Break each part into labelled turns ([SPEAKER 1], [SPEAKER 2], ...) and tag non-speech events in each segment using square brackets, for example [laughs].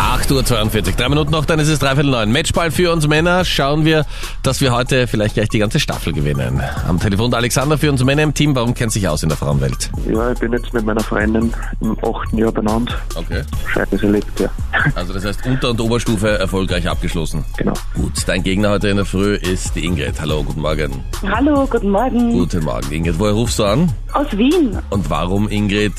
[SPEAKER 1] 8.42 Uhr, drei Minuten noch, dann ist es dreiviertel neun. Matchball für uns Männer. Schauen wir, dass wir heute vielleicht gleich die ganze Staffel gewinnen. Am Telefon der Alexander für uns Männer im Team. Warum kennt sich aus in der Frauenwelt?
[SPEAKER 2] Ja, ich bin jetzt mit meiner Freundin im achten Jahr benannt.
[SPEAKER 1] Okay.
[SPEAKER 2] Scheiße erlebt, ja. [laughs]
[SPEAKER 1] Also das heißt Unter- und Oberstufe erfolgreich abgeschlossen.
[SPEAKER 2] Genau.
[SPEAKER 1] Gut, dein Gegner heute in der Früh ist die Ingrid. Hallo, guten Morgen.
[SPEAKER 3] Hallo, guten Morgen.
[SPEAKER 1] Guten Morgen, Ingrid. Woher rufst du an?
[SPEAKER 3] Aus Wien.
[SPEAKER 1] Und warum, Ingrid,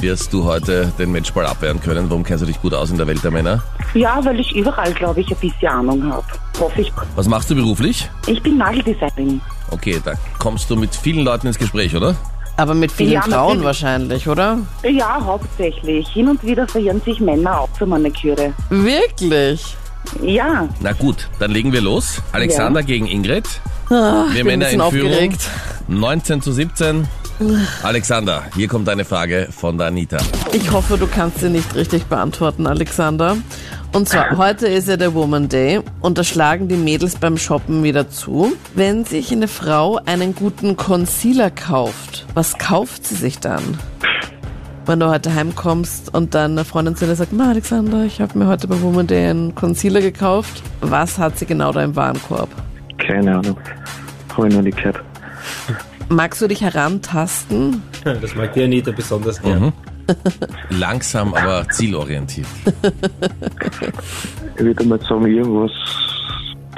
[SPEAKER 1] wirst du heute den Matchball abwehren können? Warum kennst du dich gut aus in der Welt der Männer?
[SPEAKER 3] Ja, weil ich überall, glaube ich, ein bisschen Ahnung habe. Hoffe ich.
[SPEAKER 1] Was machst du beruflich?
[SPEAKER 3] Ich bin Nageldesignerin.
[SPEAKER 1] Okay, da kommst du mit vielen Leuten ins Gespräch, oder?
[SPEAKER 4] Aber mit vielen
[SPEAKER 3] Ja,
[SPEAKER 4] Frauen
[SPEAKER 3] natürlich.
[SPEAKER 4] wahrscheinlich, oder?
[SPEAKER 3] Ja, hauptsächlich. Hin und wieder verirren sich Männer auch zur Maniküre.
[SPEAKER 4] Wirklich?
[SPEAKER 3] Ja,
[SPEAKER 1] Na gut, dann legen wir los. Alexander gegen Ingrid. wir
[SPEAKER 4] Ah, bin ein
[SPEAKER 1] Männer
[SPEAKER 4] bisschen
[SPEAKER 1] in Führung.
[SPEAKER 4] aufgeregt.
[SPEAKER 1] 19 zu 17. Alexander, hier kommt eine Frage von der Anita.
[SPEAKER 4] Ich hoffe, du kannst sie nicht richtig beantworten, Alexander. Und zwar,
[SPEAKER 3] Ah.
[SPEAKER 4] heute ist ja der Woman Day und da schlagen die Mädels beim Shoppen wieder zu. Wenn sich eine Frau einen guten Concealer kauft, was kauft sie sich dann? Wenn du heute heimkommst und dann eine Freundin zu dir sagt, Ma Alexander, ich habe mir heute bei Woman Day einen Concealer gekauft. Was hat sie genau da im Warenkorb?
[SPEAKER 2] Keine Ahnung. Habe ich noch nicht gehört.
[SPEAKER 4] Magst du dich herantasten?
[SPEAKER 5] [laughs] Das mag die Anita besonders gern.
[SPEAKER 1] Mhm. Langsam, aber zielorientiert.
[SPEAKER 2] Ich würde mal sagen, irgendwas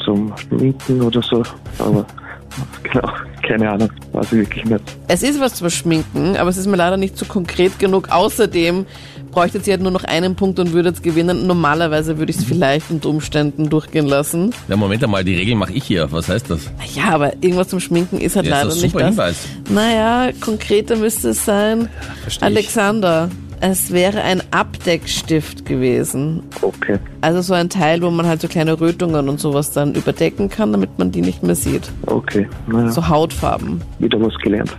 [SPEAKER 2] zum Schminken oder so. Aber [laughs] genau, keine Ahnung. Weiß ich wirklich nicht.
[SPEAKER 4] Es ist was zum Schminken, aber es ist mir leider nicht so konkret genug. Außerdem bräuchte sie halt nur noch einen Punkt und würde jetzt gewinnen. Normalerweise würde ich es vielleicht unter Umständen durchgehen lassen.
[SPEAKER 1] Na, Moment einmal, die Regel mache ich hier. Was heißt das?
[SPEAKER 4] Ja, aber irgendwas zum Schminken ist halt
[SPEAKER 1] Ja, ist
[SPEAKER 4] leider
[SPEAKER 1] das
[SPEAKER 4] nicht
[SPEAKER 1] super
[SPEAKER 4] das.
[SPEAKER 1] Hinweis.
[SPEAKER 4] Naja, konkreter müsste es sein.
[SPEAKER 5] versteh ich.
[SPEAKER 4] Alexander, es wäre ein Abdeckstift gewesen.
[SPEAKER 2] Okay.
[SPEAKER 4] Also so ein Teil, wo man halt so kleine Rötungen und sowas dann überdecken kann, damit man die nicht mehr sieht.
[SPEAKER 2] Okay. Naja,
[SPEAKER 4] So Hautfarben.
[SPEAKER 2] wieder was gelernt.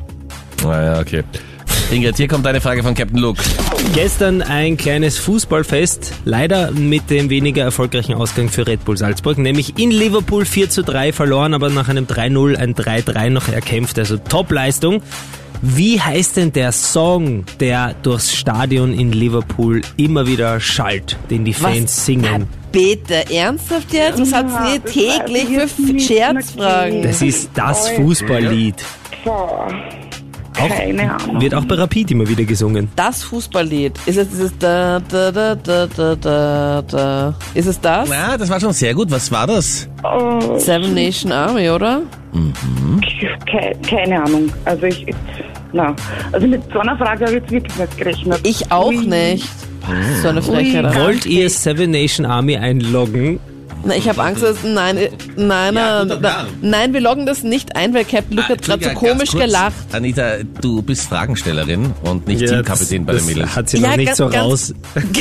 [SPEAKER 1] Naja, okay. Ingrid, hier kommt eine Frage von Captain Luke.
[SPEAKER 5] Gestern ein kleines Fußballfest, leider mit dem weniger erfolgreichen Ausgang für Red Bull Salzburg, nämlich in Liverpool 4 zu 3 verloren, aber nach einem 3-0 ein 3-3 noch erkämpft, also Top-Leistung. Wie heißt denn der Song, der durchs Stadion in Liverpool immer wieder schallt, den die
[SPEAKER 4] Was?
[SPEAKER 5] Fans singen?
[SPEAKER 4] Bitte, ernsthaft jetzt? Was hat's
[SPEAKER 3] Ja,
[SPEAKER 4] denn
[SPEAKER 3] das
[SPEAKER 4] hier
[SPEAKER 3] weiß
[SPEAKER 4] täglich
[SPEAKER 3] ich
[SPEAKER 4] für
[SPEAKER 3] jetzt nicht.
[SPEAKER 4] Scherzfragen?
[SPEAKER 5] Das ist das Fußballlied.
[SPEAKER 3] boah. Keine Ahnung.
[SPEAKER 5] Wird auch bei Rapid immer wieder gesungen.
[SPEAKER 4] Das Fußballlied, ist es dieses da, da, da, da, da, da, da. Ist es das?
[SPEAKER 1] Na, das war schon sehr gut. Was war das?
[SPEAKER 3] Oh,
[SPEAKER 4] Seven Nation Army, oder?
[SPEAKER 3] ke keine Ahnung. Also ich, na, also mit so einer Frage habe ich jetzt wirklich nicht gerechnet.
[SPEAKER 4] Ich auch
[SPEAKER 3] Ui.
[SPEAKER 4] nicht. So eine Frechheit. aber-
[SPEAKER 5] Wollt ihr Seven Nation Army einloggen?
[SPEAKER 4] Na, Ich habe Angst, dass. Nein, äh, nein,
[SPEAKER 1] Ja,
[SPEAKER 4] nein,
[SPEAKER 1] guter
[SPEAKER 4] nein,
[SPEAKER 1] Plan. Ah,
[SPEAKER 4] nein, wir loggen das nicht ein, weil Captain Luke hat gerade so
[SPEAKER 1] Entschuldigung, ganz
[SPEAKER 4] komisch
[SPEAKER 1] kurz.
[SPEAKER 4] gelacht.
[SPEAKER 1] Anita, du bist Fragenstellerin und nicht
[SPEAKER 5] Ja,
[SPEAKER 1] Teamkapitän bei
[SPEAKER 5] das-
[SPEAKER 1] den Mädels.
[SPEAKER 5] Das hat sie noch nicht so raus.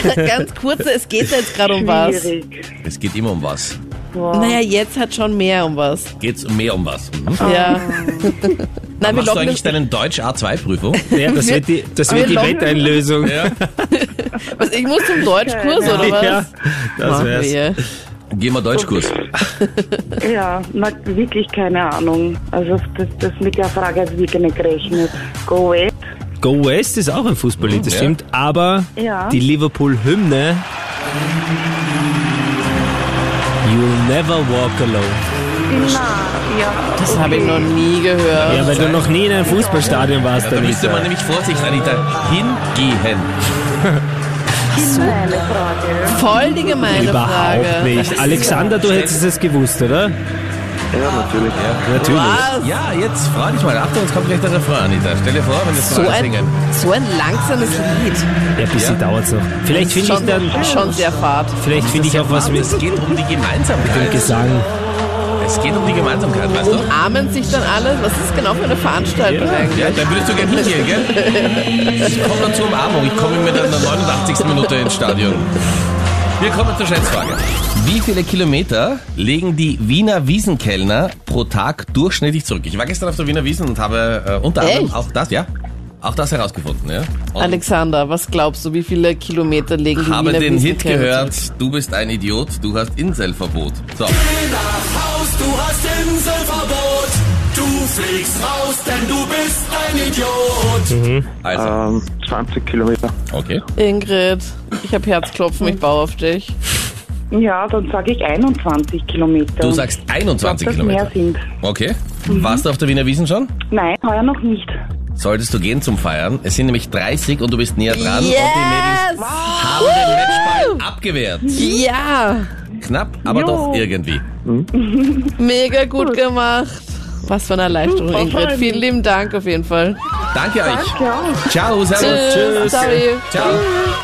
[SPEAKER 4] ganz, ganz kurz, es geht ja jetzt gerade um was.
[SPEAKER 3] Schwierig.
[SPEAKER 1] Es geht immer um was.
[SPEAKER 3] Boah.
[SPEAKER 4] Naja, jetzt hat schon mehr um was.
[SPEAKER 1] Geht's mehr um was? Mhm.
[SPEAKER 3] Ah.
[SPEAKER 4] Ja. Nein, wir
[SPEAKER 1] Machst du
[SPEAKER 4] loggen
[SPEAKER 1] eigentlich
[SPEAKER 4] das
[SPEAKER 1] deinen Deutsch A2-Prüfung?
[SPEAKER 5] Ja, das wird die, das wird die
[SPEAKER 4] Wir loggen-
[SPEAKER 5] Wetteinlösung.
[SPEAKER 4] Was, ich muss zum Deutschkurs
[SPEAKER 3] Keine
[SPEAKER 4] oder was?
[SPEAKER 5] Ja, das
[SPEAKER 4] Machen
[SPEAKER 5] wär's.
[SPEAKER 4] wir.
[SPEAKER 1] Geh mal Deutschkurs.
[SPEAKER 3] Ja, na, wirklich keine Ahnung. Also das, das mit der Frage habe ich wirklich nicht gerechnet. Go away.
[SPEAKER 5] Go West ist auch ein Fußballlied, das
[SPEAKER 1] Ja.
[SPEAKER 5] stimmt. Aber
[SPEAKER 3] Ja.
[SPEAKER 5] die Liverpool-Hymne. You'll never walk alone.
[SPEAKER 3] Na, ja.
[SPEAKER 4] Das habe ich noch nie gehört.
[SPEAKER 5] Ja, weil du noch nie in einem Fußballstadion warst,
[SPEAKER 1] Da müsste man
[SPEAKER 5] Anita.
[SPEAKER 1] nämlich vorsichtig, Anita, hingehen.
[SPEAKER 3] Meine Frage.
[SPEAKER 4] Voll die gemeine
[SPEAKER 5] Überhaupt
[SPEAKER 4] Frage. Ah,
[SPEAKER 5] nicht. Alexander, du hättest es gewusst, oder?
[SPEAKER 2] Ja, natürlich.
[SPEAKER 5] Natürlich.
[SPEAKER 4] Was?
[SPEAKER 1] Ja, jetzt freu dich mal. Achtung, uns kommt gleich der Refrain, Anita. Stell dir vor, wenn wir
[SPEAKER 4] So
[SPEAKER 1] so
[SPEAKER 4] ein,
[SPEAKER 1] singen.
[SPEAKER 4] so ein langsames Lied.
[SPEAKER 5] Ja, ein bisschen dauert's noch. Vielleicht finde ich
[SPEAKER 4] Schon,
[SPEAKER 5] dann,
[SPEAKER 4] schon sehr fad.
[SPEAKER 5] vielleicht finde ich auch was mit
[SPEAKER 1] Es geht um die
[SPEAKER 5] dem
[SPEAKER 1] Gemeinsamkeit.
[SPEAKER 5] Gesang.
[SPEAKER 1] Es geht um die Gemeinsamkeit, weißt du?
[SPEAKER 4] Umarmen sich dann alle? Was ist genau für eine Veranstaltung eigentlich?
[SPEAKER 1] Ja, dann würdest du gerne hingehen, gell? Ich komme nur zur Umarmung. Ich komme mit einer 89. Minute ins Stadion. Wir kommen zur Schätzfrage. Wie viele Kilometer legen die Wiener Wiesenkellner pro Tag durchschnittlich zurück? Ich war gestern auf der Wiener Wiesen und habe äh, unter anderem
[SPEAKER 4] Echt?
[SPEAKER 1] auch das, ja, auch das herausgefunden, ja. Und
[SPEAKER 4] Alexander, was glaubst du, wie viele Kilometer legen die
[SPEAKER 1] habe
[SPEAKER 4] Wiener
[SPEAKER 1] den Hit
[SPEAKER 4] Wiesenkerne
[SPEAKER 1] gehört,
[SPEAKER 4] zurück?
[SPEAKER 1] du bist ein Idiot, du hast Inselverbot. So,
[SPEAKER 6] Haus, du hast Inselverbot. Du
[SPEAKER 7] fliegst raus, denn du bist ein Idiot.
[SPEAKER 1] Also,
[SPEAKER 2] Ähm, 20 Kilometer.
[SPEAKER 1] okay.
[SPEAKER 4] Ingrid, ich habe Herzklopfen, ich baue auf dich.
[SPEAKER 3] Ja, dann sage ich 21 Kilometer.
[SPEAKER 1] Du sagst 21
[SPEAKER 3] dass mehr
[SPEAKER 1] Kilometer.
[SPEAKER 3] sind.
[SPEAKER 1] Okay. Warst du auf der Wiener Wiesen schon?
[SPEAKER 3] Nein, heuer noch nicht.
[SPEAKER 1] Solltest du gehen zum Feiern. Es sind nämlich 30 und du bist näher dran. Und die
[SPEAKER 4] Yes!
[SPEAKER 1] Mädels haben den Matchball abgewehrt.
[SPEAKER 4] Ja!
[SPEAKER 1] Knapp, aber
[SPEAKER 3] Jo.
[SPEAKER 1] doch irgendwie.
[SPEAKER 4] Mega gut gemacht. Was für eine Erleichterung,
[SPEAKER 3] Super,
[SPEAKER 4] Ingrid.
[SPEAKER 3] fein.
[SPEAKER 4] Vielen lieben Dank auf jeden Fall.
[SPEAKER 1] Danke euch. Ciao, servus.
[SPEAKER 4] Tschüss. Sorry.
[SPEAKER 1] Ciao.